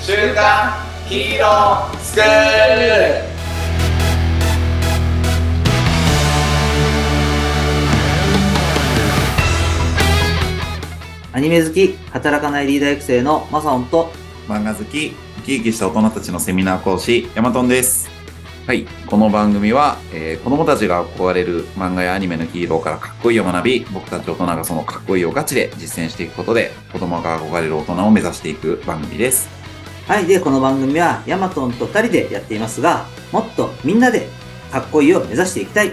週刊ヒーロースクールアニメ好き、働かないリーダー育成のマサオンと、漫画好き、生き生きした大人たちのセミナー講師、ヤマトンです。はい。この番組は、えー子供たちが憧れる漫画やアニメのヒーローからかっこいいを学び、僕たち大人がそのかっこいいをガチで実践していくことで、子供が憧れる大人を目指していく番組です。はい、で、この番組はヤマトンと二人でやっていますが、もっとみんなでかっこいいを目指していきたい。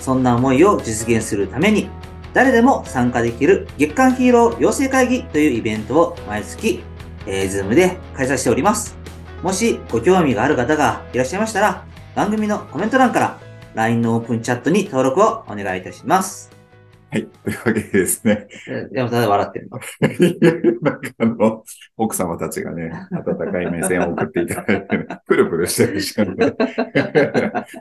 そんな思いを実現するために、誰でも参加できる月間ヒーロー養成会議というイベントを毎月、えー、ズームで開催しております。もしご興味がある方がいらっしゃいましたら、番組のコメント欄から、LINE のオープンチャットに登録をお願いいたします。はい。というわけでですね。 えヤマトンで笑ってるの。なんかあの、奥様たちがね、温かい目線を送っていただいて、ね、プルプルしてるしかない。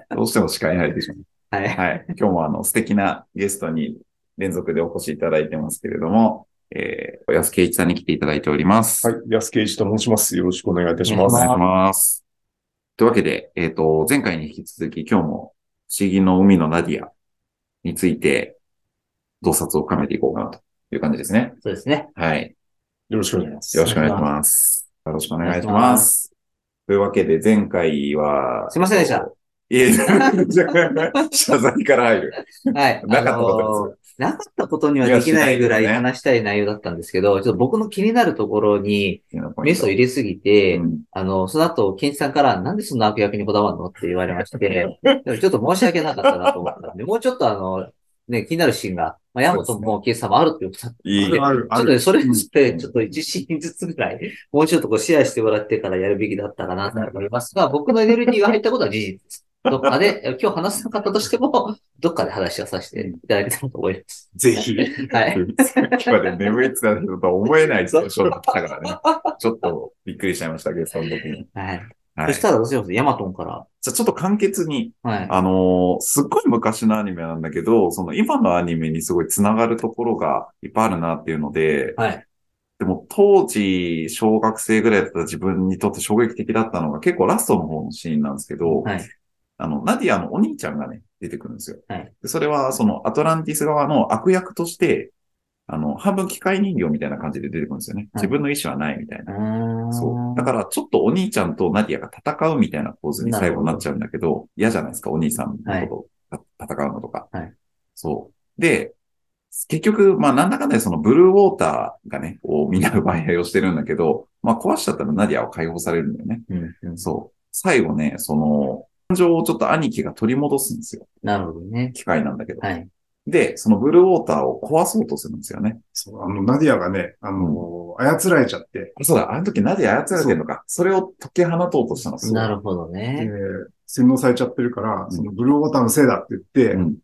どうしても視界に入ってしまう。はい。はい。今日もあの、素敵なゲストに連続でお越しいただいてますけれども、えー、安圭一さんに来ていただいております。はい、安圭一と申します。よろしくお願いいたしまおす。願いします。というわけで、えっ、と、前回に引き続き今日も不思議の海のナディアについて、洞察を深めていこうかなという感じですね。そうですね。はい。よろしくお願いします。よろしくお願いします。よろしくお願いします。というわけで、前回は、すいませんでした。いえ、謝罪から入る。はい。 なかったことであすのなかったことにはできないぐらいいやしないよね話したい内容だったんですけど、ちょっと僕の気になるところにメスを入れすぎて、うんあの、その後、ケンチさんからなんでそんな悪役にこだわるのって言われまして、 でもちょっと申し訳なかったなと思ったんで、もうちょっとあの、ね、気になるシーンが、まあ、ヤモトもケンチさんもあるってことだったいい。ちょっあるとね、それについて、うんちょっと一シーンずつぐらい、 もうちょっとこうシェアしてもらってからやるべきだったかなと思いますが、僕のエネルギーが入ったことは事実です。どっかで、今日話せなかったとしても、どっかで話をさせていただいたと思います。 ぜひ。はい。さっきまで眠いってたけど、とは思えないショーだったからね。ちょっとびっくりしちゃいましたけど、その時に。はい。はそい。しじゃたらどうしますヤマトンから。あちょっと簡潔に、はい。あのーすっごい昔のアニメなんだけど、その今のアニメにすごい繋がるところがいっぱいあるなっていうので、はい。でも当時、小学生ぐらいだった自分にとって衝撃的だったのが結構ラストの方のシーンなんですけど、はい。あの、ナディアのお兄ちゃんがね、出てくるんですよ。はいでそれは、そのアトランティス側の悪役として、あの、半分機械人形みたいな感じで出てくるんですよね。はい自分の意思はないみたいな。うーんそう。だから、ちょっとお兄ちゃんとナディアが戦うみたいな構図に最後になっちゃうんだけど、嫌じゃないですか、お兄さんのこと、た戦うのとか。はいそう。で、結局、まあ、なんだかんだでそのブルーウォーターがね、をみんな奪い合いをしてるんだけど、まあ、壊しちゃったらナディアは解放されるんだよね。うんうんそう。最後ね、その、感情をちょっと兄貴が取り戻すんですよ。なるほどね。機械なんだけど。はい。で、そのブルーウォーターを壊そうとするんですよね。そうあの、ナディアがね、あの、操られちゃって、あそうだ、あの時ナディア操られてるのか。それを解き放とうとしたの。そうなるほどでね。洗脳されちゃってるから、そのブルーウォーターのせいだって言って、うん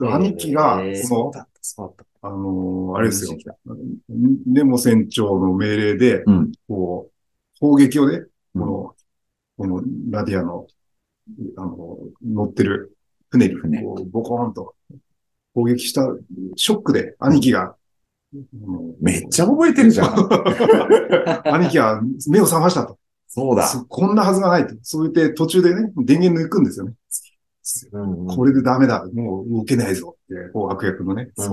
兄貴がへー、そだった、そうだっの、あの、たあれですよ、ネモ船長の命令で、うん。こう、砲撃をね、うんこの、このナディアの、あの、乗ってる船に、船こうボコーンと砲撃した、ショックで兄貴が、 うんめっちゃ覚えてるじゃん。 兄貴は目を覚ましたと。 そうだ。そこんなはずがないと。そう言って途中でね、電源抜くんですようんね。うんこれでダメだ。もう動けないぞって、こう悪役のね。うんうん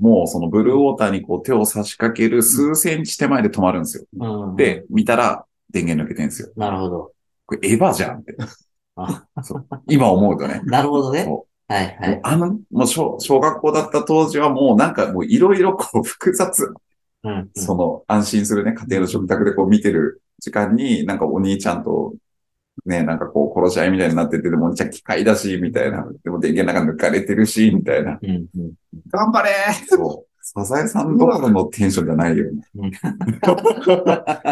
もうそのブルーウォーターにこう手を差し掛ける数センチ手前で止まるんですよ。うんうん、で、見たら電源抜けてんですよ。なるほど。これエヴァじゃんってあ。そう今思うとね。なるほどね。そはいはもうい。あの、もう小小学校だった当時はもうなんかもういろいろこう複雑、うんうんその安心するね、家庭の食卓でこう見てる時間になんかお兄ちゃんとね、なんかこう殺し合いみたいになってて、でもお兄ちゃん機械だし、みたいな。でも電源なんか抜かれてるし、みたいな。うんうん頑張れそう。サザエさんどころのテンションじゃないよね。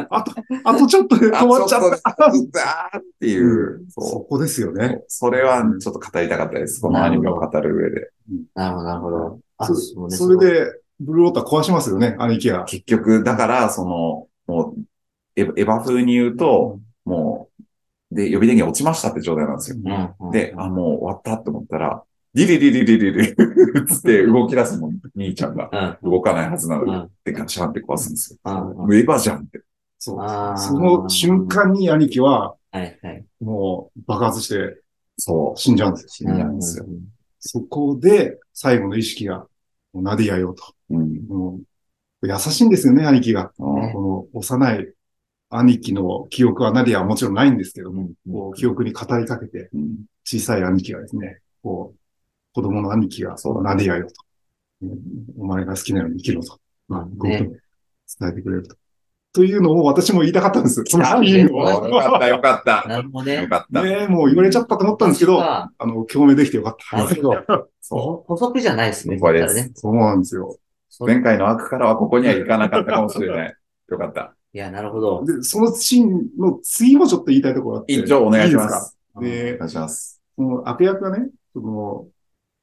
あと、あとちょっとで止まっちゃっあた。ちょっとだーっていう。 そそこですようね。。それはちょっと語りたかったです。このアニメを語る上で。なるほど、なるほど。あ、そそうねそれ、で、ブルーウォーター壊しますよね、兄貴が。結局、だから、その、もう、エヴァエヴァ風に言うと、もう、で、予備電源落ちましたって状態なんですよ。うんうん、で、あ、もう終わったって思ったら、リリリリリリリつって動き出すもん、兄ちゃんが。うん、動かないはずなのうに、ん、でガチャンって壊すんですよ。うん、もうエヴァじゃんって。そあーう。その瞬間に兄貴は、はいはい。もう爆発してそ死んじゃうんですよ。死んじゃうんですよ。そこで、最後の意識が、もうナディアよと。う。うん。もう優しいんですよね、兄貴が。うんこの幼い兄貴の記憶はナディアはもちろんないんですけども、うこう記憶に語りかけて、ん。小さい兄貴がですね、こう、子供の兄貴が、そうだナディアよと。うんお前が好きなように生きろと。まあこういうねこ。とを伝えてくれると。というのを私も言いたかったんです。そのシーンおーよかった、よかった。なるほどよね。かった。ねえ、もう言われちゃったと思ったんですけど、あの、共鳴できてよかった。なるほど。そ補足じゃないですね。ここです。だからねそうなんですよ。そううい前回の悪からはここには行かなかったかもしれない。よかった。や、なるほど。で、そのシーンの次もちょっと言いたいところあって。一応お願いしま。いいですすか。でお、願いします。その悪役がね、その、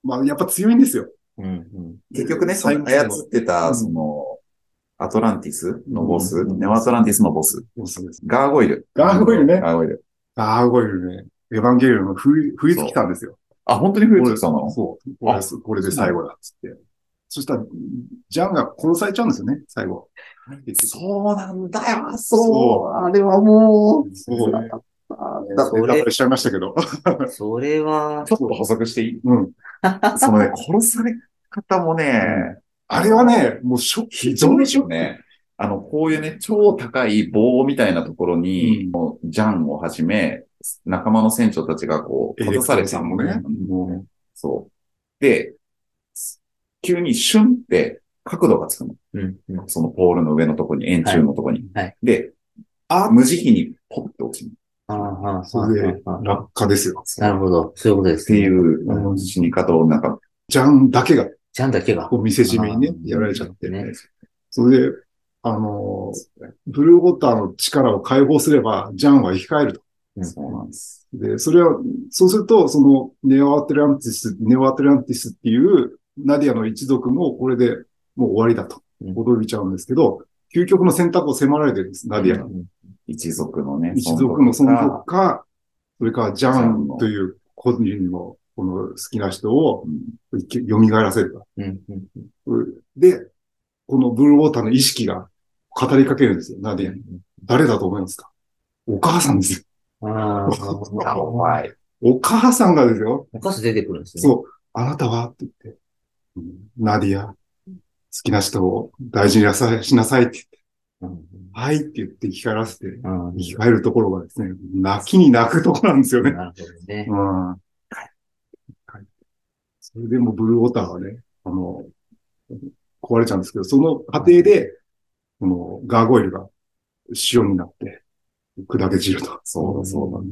まあ、やっぱ強いんですよ。うんうん。結局ね、そ最の後操ってうた、んその、アトランティスのボス、うんネオアトランティスのボス、そうです。ガーゴイル。ガーゴイルねガーゴイル。ガーゴイルね、エヴァンゲリオンの冬、冬月たんですよ。あ、本当に増えてきたのそう。これこれで最後だっつって。そしたら、ジャンが殺されちゃうんですよね、最後。そうなんだよ、。そうあれはもう、そうね。だネタバレしちゃいましたけど。それ はち、ょっと補足していいうん。そのね、殺され方もね、あれはね、もうショック。非常にショックね。あの、こういうね、超高い棒みたいなところに、うんもうジャンをはじめ、仲間の船長たちがこう、エレク閉トロざされてさるんのもね。もそう。で、急にシュンって角度がつくの。うんうん。そのポールの上のとこに、円柱のとこに。はいはいで、あ、無慈悲にポッて落ちる。ああ、あそれでああう、落下ですよ。なるほど。そういうことでっすていね。う死に方をなんか、ジャンだけが、ちゃんだけがこ。う見せしめにねあ、ーやられちゃって。ねそれで、あのー、ブルーウォーターの力を解放すれば、ジャンは生き返ると。そうなんです。で、それは、そうすると、その、ネオアトランティス、ネオアトランティスっていう、ナディアの一族も、これでもう終わりだとうん、驚いちゃうんですけど、究極の選択を迫られてるんです、ナディアの。一族のね、一族の存が続か、それからジャンという個人の、この好きな人を蘇らせるか。うんうん。で、このブルーウォーターの意識が語りかけるんですよ、ナディアに。誰だと思いますかお母さんですよ。 ああ、お前、お母さんがですよ。お菓子出てくるんですね。そう。あなたはって言って、うんナディア、好きな人を大事になさいしなさいって言って、うんはいって言って生き返らせて、うん。うん生き返るところがですね、泣きに泣くところなんですよね。なるほどね。うん。それでもブルーウォーターはね、あの、壊れちゃうんですけど、その過程で、このガーゴイルが塩になって、砕け散ると。そうだそうだだ。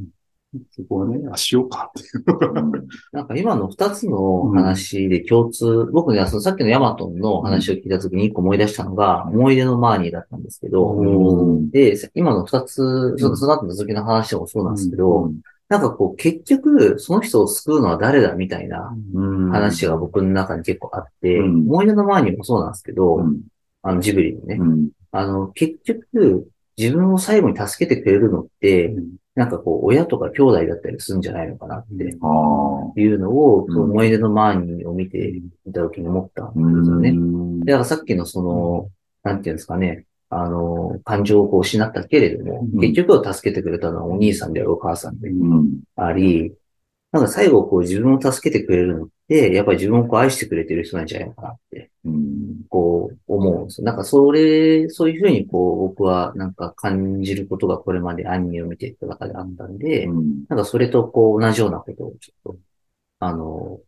そこはね、あ、塩かっていうのが。なんか今の二つの話で共通、僕ね、そのさっきのヤマトンの話を聞いたときに一個思い出したのが、思い出のマーニーだったんですけど、うんで、今の二つ、ちょっとその後の続きの話もそうなんですけど、なんかこう結局、その人を救うのは誰だみたいなうん話が僕の中に結構あって、うん思い出のマーニーもそうなんですけど、うんあのジブリのね、うんあの結局、自分を最後に助けてくれるのって、なんかこう親とか兄弟だったりするんじゃないのかなって。ああ。いうのを、うんその思い出のマーニーを見ていた時に思ったんですよね。うんでだからさっきのその、なんていうんですかね、あの、感情をこう失ったけれども、うん結局は助けてくれたのはお兄さんであるお母さんでうんあり、なんか最後こう自分を助けてくれるのって、やっぱり自分をこう愛してくれてる人なんじゃないのかなって、うんこう思うんですよ。なんかそれ、そういうふうにこう僕はなんか感じることがこれまでアニメを見ていた中であったんで、うんなんかそれとこう同じようなことをちょっと、あの、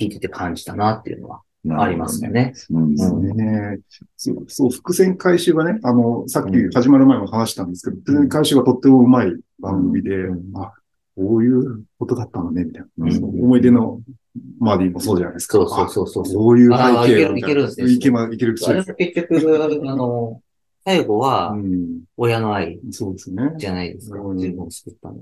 聞いてて感じたなっていうのはありますよ。ね。うんそうね。そう、そう伏線回収がね、あの、さっき始まる前も話したんですけど、伏線回収がとってもうまい番組で、うんあ、こういうことだったのね、みたいうな。ん思い出のマーディもそうじゃないですか。そうそうそうそうあこういう背景あーいけるみたいけるんですねいけま、いける口あれも結局、あの、最後はう親の愛ん。そうですね。じゃないですか。うん自分を救ったのは。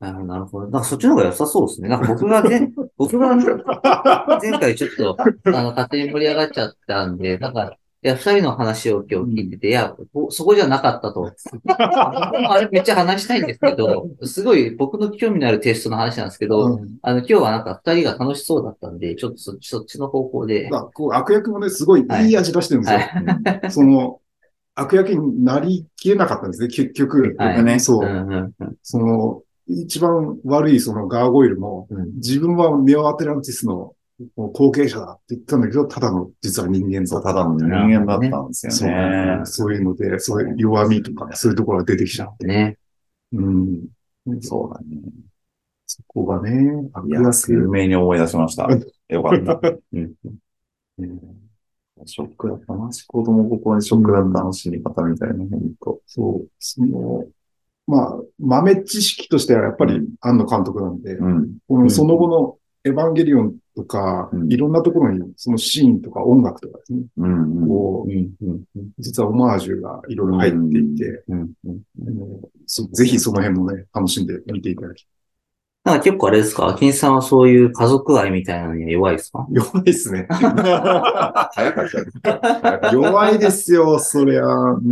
なるほど、なるほど。なんかそっちの方が良さそうですね。なんか僕が ね、僕がね前回ちょっと、あの、勝手に盛り上がっちゃったんで、だから、いや、二人の話を今日聞いてて、いや、こそこじゃなかったと。 僕もあれめっちゃ話したいんですけど、すごい僕の興味のあるテイストの話なんですけど、うんあの、今日はなんか二人が楽しそうだったんで、ちょっとそっちそっちの方向で。あこう悪役もね、すごいいい味出してるんですよ。はいうんその、悪役になりきれなかったんですね、結局。はいねそう、うんうんうんその、一番悪いそのガーゴイルも、うん自分はネオアテランティスのもう後継者だって言ったんだけど、ただの実は人間そう、だただの人間だったんですよそうね。そういうので、そういう弱みとか、そういうところが出てきちゃって。ね。うん。そうだね。そこがね、い悪や、鮮役。明に思い出しました。よかった。うんうんショックだったな。子供ここにショックだったの死に方みたいな、ほんと。そう、その、まあ、豆知識としてはやっぱり、う庵野監督なんで、うん。こうのんその後のエヴァンゲリオンとか、うんいろんなところにそのシーンとか音楽とかですね、うん。うんこうんうんう、実はオマージュがいろいろ入っていて、うんうんあのそぜひその辺もね、楽しんで見ていただきなんか結構あれですか金さんはそういう家族愛みたいなのには弱いですか弱いです ね。早かったね。弱いですよ、そりゃ。うん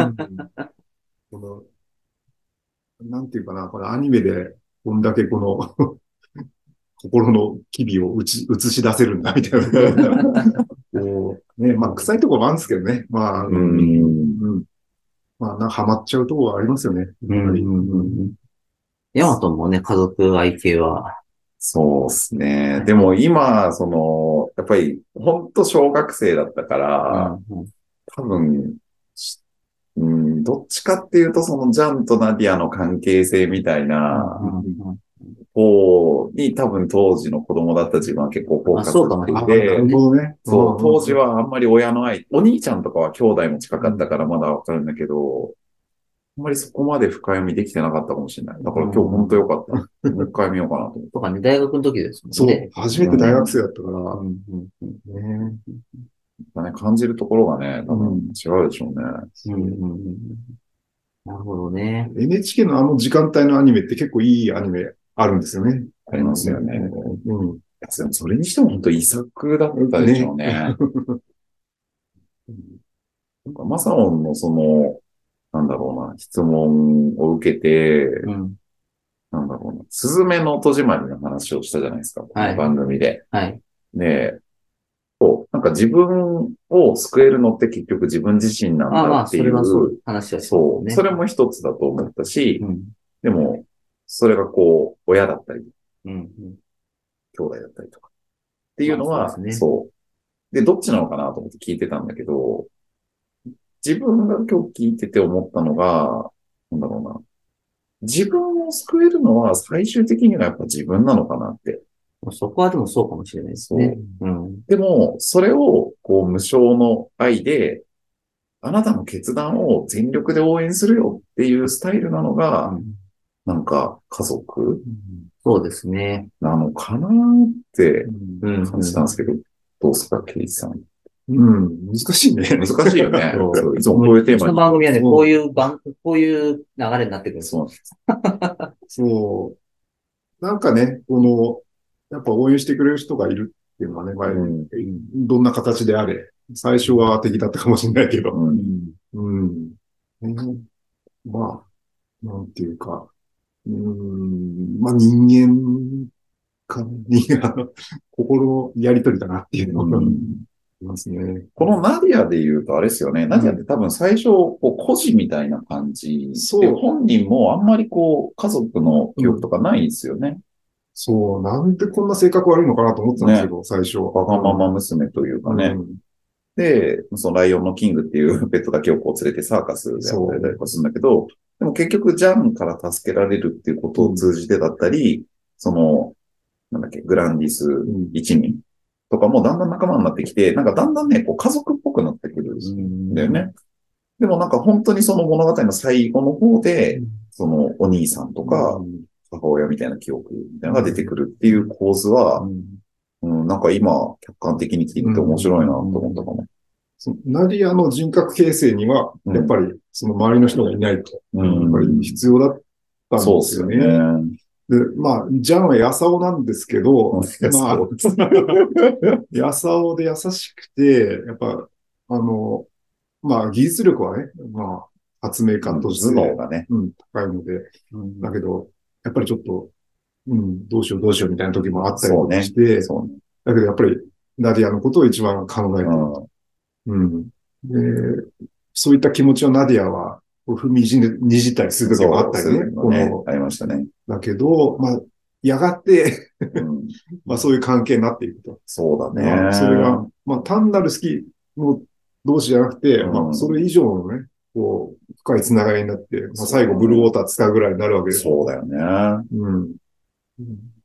この、なんていうかな、これアニメで、こんだけこの、心の機微を打ち映し出せるんだ、みたい な。こう、ね、まあ、臭いところもあるんですけどね。まあ、うん。うんまあ、なハマっちゃうところはありますよね。うやっぱりん。ヤマトもね、家族愛系は。そうですね。でも今、その、やっぱり、ほんと小学生だったから、うん多分、しうん、どっちかっていうと、そのジャンとナディアの関係性みたいなうん方に多分当時の子供だった自分は結構フォーカスあそうかもしあていなてる、ほどね。そう、当時は。はあんまり親の愛、お兄ちゃんとかは兄弟も近かったからまだわかるんだけど、あんまりそこまで深読みできてなかったかもしれない。だから今日本当良かった。もう一回見ようかなと思っとかね、大学の時ですもんね。そう、初めて大学生だったかうんうんうんら、ね。たね。感じるところがね、多分違うでしょうね。うんうんうんなるほどね。 NHK のあの時間帯のアニメって結構いいアニメあるんですよね。ありますよね。うでん。もそれにしても本当遺作だったでしょうね。 なんかマサオンのその、なんだろうな、質問を受けて、うん。なんだろうな、スズメの戸締まりの話をしたじゃないですか、こはのい番組で。はい。で、そう、なんか自分を救えるのって結局自分自身なんまあまだあ、ってそいれう、はそう、話はしそますう、ね。それも一つだと思ったしう、ん。でも、それがこう、親だったり、うんうん。兄弟だったりとか、っていうのまあは、そうですねそう。で、どっちなのかなと思って聞いてたんだけど、自分が今日聞いてて思ったのが、なんだろうな。自分を救えるのは最終的にはやっぱ自分なのかなって。そこはでもそうかもしれないですね。うん。でも、それを、こう、無償の愛で、あなたの決断を全力で応援するよっていうスタイルなのが、なんか、家族そうですね。なのかなってうん。感じたんですけど、どうですか、ケイジさん。うん、難しいね。難しいよね。そうそういつもこういうテうちーのマ番組はね、そうこういう番、こういう流れになってくるんに。ですそうよ。なんです。 そう。なんかね、この、やっぱ応援してくれる人がいるっていうのはね、まあうんどんな形であれ、最初は敵だったかもしれないけど、うんうん。うんまあ、なんていうか、うん、まあ人間か、人間の心のやりとりだなっていうのがありますね。このナディアで言うとあれですよね。ナディアって多分最初、こう、孤児みたいな感じ。そうで本人もあんまりこう、家族の記憶とかないですよね。そう、なんでこんな性格悪いのかなと思ってたんですけど、最初。わがまま娘というかね。うんで、そのライオンのキングっていう ペットだけをこう連れてサーカスでやったりとかするんだけど、でも結局ジャンから助けられるっていうことを通じてだったり、その、なんだっけ、グランディスん一人とかもだんだん仲間になってきて、なんかだんだんね、こう家族っぽくなってくるんだよね。でもなんか本当にその物語の最後の方で、そのお兄さんとか母親みたいな記憶みたいなのが出てくるっていう構図は、うんうん、なんか今客観的に聞いて面白いなと思ったかも。そのナディアの人格形成には、うんやっぱりその周りの人がいないと、うやっぱり必要だったんそうでですすよよね。ね。で、まあ、ジャンはヤサオなんですけど、まあ、ヤサオで優しくて、やっぱ、あの、まあ、技術力はね、まあ、発明家感と動して、頭脳がね。うん、高いので、うんだけど、やっぱりちょっと、うん、どうしようどうしようみたいな時もあったりそうとかね。して、そうね。だけどやっぱり、ナディアのことを一番考えてうるんうん。で、そういった気持ちをナディアは、こう踏みにじねにじったりする時もあったりね。そうこですねのありましたね。だけど、まあ、やがて、 うん、まあそういう関係になっていくと。そうだまね。あそれが、まあ単なる好きの同士じゃなくて、うんまあそれ以上のね、こう、深いつながりになって、まあ最後ブルーウォーター使うぐらいになるわけです。そうだよね。うん。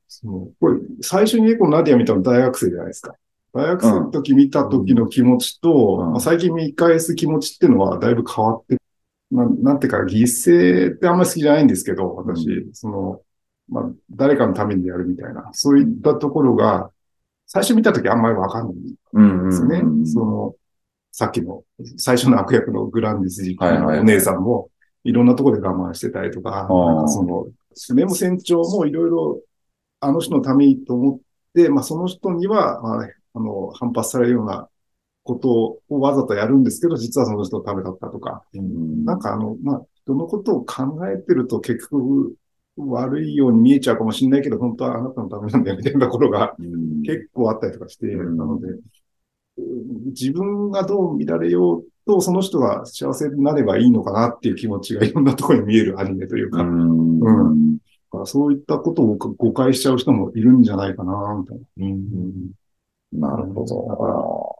そのこれ、最初にねこのナディア見たの大学生じゃないですか。大学生の時見た時の気持ちと、うんまあ最近見返す気持ちっていうのはだいぶ変わって、ななんていうか、犠牲ってあんまり好きじゃないんですけど、私、その、まあ、誰かのためにやるみたいな、そういったところが、最初見た時あんまりわかんないんうんですよね。うんその、さっきの、最初の悪役のグランディス事件はいはいはいのお姉さんも、いろんなところで我慢してたりとか、ああなんかその、スネム船長もいろいろあの人のためにと思って、まあ、その人には、まあ、あの、反発されるようなことをわざとやるんですけど、実はその人のためだったとか、うんなんかあの、まあ、人のことを考えてると結局悪いように見えちゃうかもしれないけど、本当はあなたのためなんだよみたいなところがうん結構あったりとかして、うんなので、うん自分がどう見られようと、その人が幸せになればいいのかなっていう気持ちがいろんなところに見えるアニメというか、うんうまあそういったことを誤解しちゃう人もいるんじゃないかな、みたいな。なるほだからど。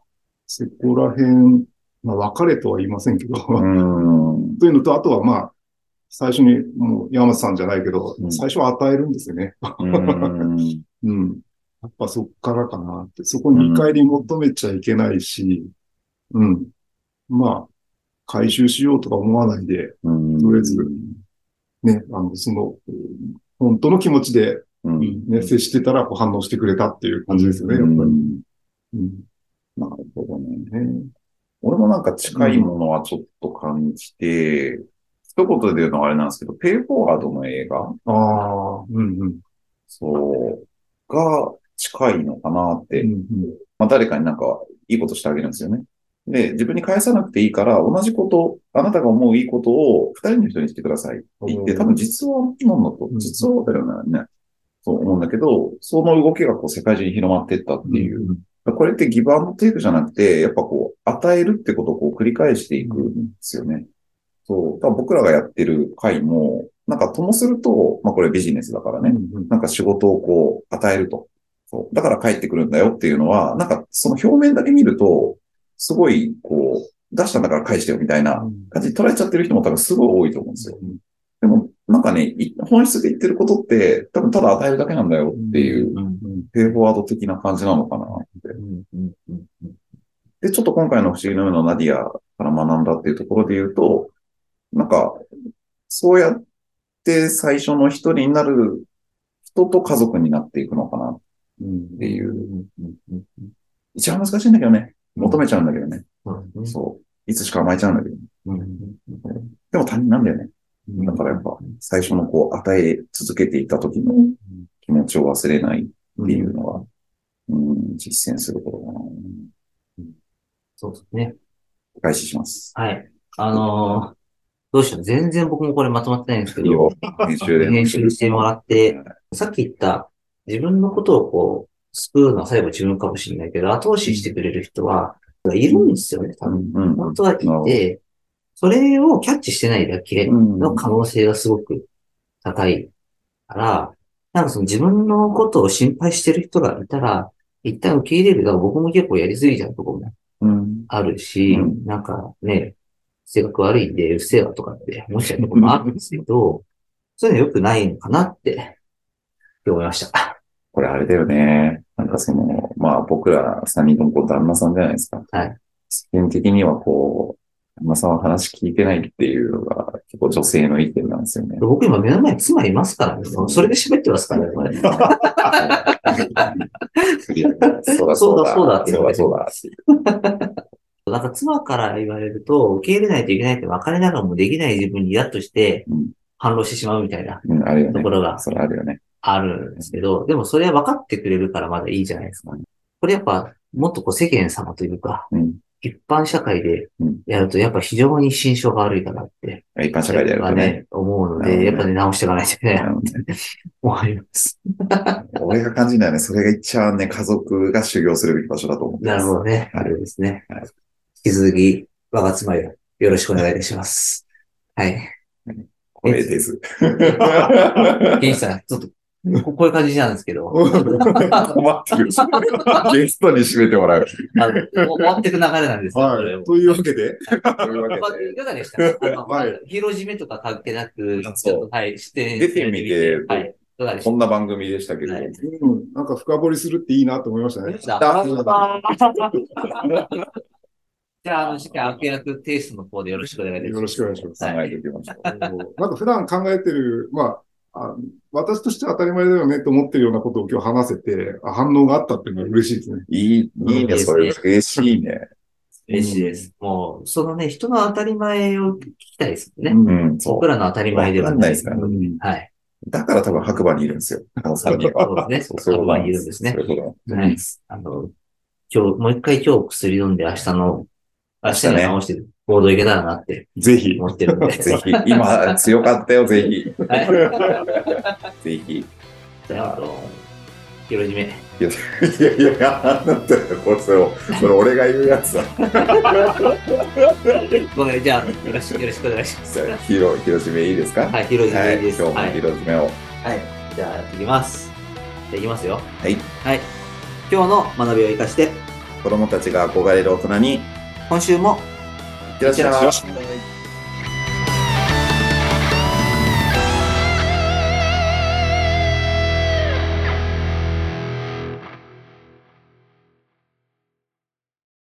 そこら辺、まあ、別れとは言いませんけど、うんというのと、あとはまあ、最初に、もう、山本さんじゃないけど、うん最初は与えるんですよね。うんうん。やっぱそっからかなって。そこに見返り求めちゃいけないし、うん。まあ、回収しようとか思わないで、うん とりあえずね、あの、その、うん本当の気持ちで、うんね、接してたらこう反応してくれたっていう感じですよね、やっぱり。うんうん。なるほどね。ね俺もなんか近いものはちょっと感じて、一言で言うのはあれなんですけど、ペイフォワードの映画ああ、うんうん。そう、が近いのかなって、うんまあ誰かになんかいいことしてあげるんですよね。で、自分に返さなくていいから、同じこと、あなたが思ういいことを二人の人にしてくださいって言って、うん多分実はなんだとう、ん実はだよね。そう思うんだけど、その動きがこう世界中に広まってったっていう。うんこれってギブアンドテイクじゃなくて、やっぱこう、与えるってことをこう繰り返していくんですよね。そう。だから僕らがやってる会も、なんかともすると、まあこれビジネスだからね。うんうんなんか仕事をこう、与えると。そう。だから帰ってくるんだよっていうのは、なんかその表面だけ見ると、すごい、こう、出したんだから返してよみたいな感じで捉えちゃってる人も多分すごい多いと思うんですよ。でも、なんかね、い本質で言ってることって、多分ただ与えるだけなんだよっていう、うんうんペイフォワード的な感じなのかなって。うんうんうんうんで、ちょっと今回の不思議の世のナディアから学んだっていうところで言うと、なんか、そうやって最初の一人になる人と家族になっていくのかなっていう。一番難しいんだけどね。求めちゃうんだけどね。うんそう。いつしか甘えちゃうんだけど。うんでも他人なんだよね。うんだからやっぱ、最初のこう、与え続けていた時の気持ちを忘れないっていうのが、うん、実践することかな。そうですね。お返しします。はい。あのーどうしよう。全然僕もこれまとまってないんですけいいどよ、編集で。編集してもらって、さっき言った、自分のことをこう、救うのは最後自分かもしれないけど、後押ししてくれる人は、いるんですよね、多う分。んうん本当はいて、それをキャッチしてないだけうんの可能性がすごく高いから、なんかその自分のことを心配してる人がいたら、一旦受け入れるが僕も結構やりすぎちゃうところもうんあるし、うんなんかね、性格悪いんでうっせえわとかって思っちゃうところもあるんですけ ど、そういうの良くないのかなって、って思いました。これあれだよね。なんかその、まあ僕ら三人ともこう旦那さんじゃないですか。はい。世間的にはこう、旦那さんは話聞いてないっていうのが結構女性の意見なんですよね。僕今目の前に妻いますからね。それで喋ってますからね、これ。そうそだそううだだ。そうだってそうだそうだ。なんか妻から言われると、受け入れないといけないって別れながらもできない自分にイラッとしてうん、反論してしまうみたいなうん、あるよとねこ。ろがそれあるよね。あるんですけど、でもそれは分かってくれるからまだいいじゃないですか。これやっぱ、もっとこう世間様というか、うん。一般社会でうんやるとやっぱ非常に心象が悪いかなって、一般社会でやるはとね。ね、思うのなるほどで、ねやっぱね、直していかないといけないあなとのね思います。俺が感じるのはね、それが一番ね、家族が修行するべき場所だと思ってなまるす。ほどね。はいあれですねはい。引き続き、我が妻よ、よろしくお願いいたします。はい。これです。 ケンさん、ちょっと、ここういう感じなんですけど、 困ってる。 ゲストに締めてもらう。あの、終わっていく流れなんですけど、これはもい。というわけで、というわまあけでいかがでしたかあの、はいまあ広締めとか関係なく、あちそうょっと、はい、視点出てみてはい。いかがでしこたんな番組でしたけど、はいうん、なんか深掘りするっていいなと思いましたね。かだじゃあ、あの、しっかり悪役テイストの方でよろしくお願いいたします。よろしくお願いします 考はい。えていきましょう。なんか普段考えてる、まあ、あ私としては当たり前だよねと思ってるようなことを今日話せて、あ反応があったっていうのは嬉しいですね。いい、いいね、それ嬉しいね。嬉しいです。もう、そのね、人の当たり前を聞きたいですよね。うん、そう。僕らの当たり前ではわかんないですからねうんはい。だから多分白馬にいるんですよ。関西にはそうですねそうそう白馬にいるんですねそういうことなんではい。あの、今日、もう一回今日薬飲んで明日の、明日には直して、行動いけたらなってぜひ。思ってるん で。すぜひ、今、強かったよ、ぜ ひ。はい。ぜひ。じゃあ、あの、広締め。いやいやいやいや、なんだよ、これ、それを、それ俺が言うやつだ。ごめん、じゃあ、よろしく、よろしくお願いします。じゃあ、広、広締めいいですかはい、広締めいいです。今日はもい。広締めを。じゃあ、やっていきます。じゃあ、いきますよ。はい。はい。今日の学びを生かして、子供たちが憧れる大人に、い今週もってらっしゃい。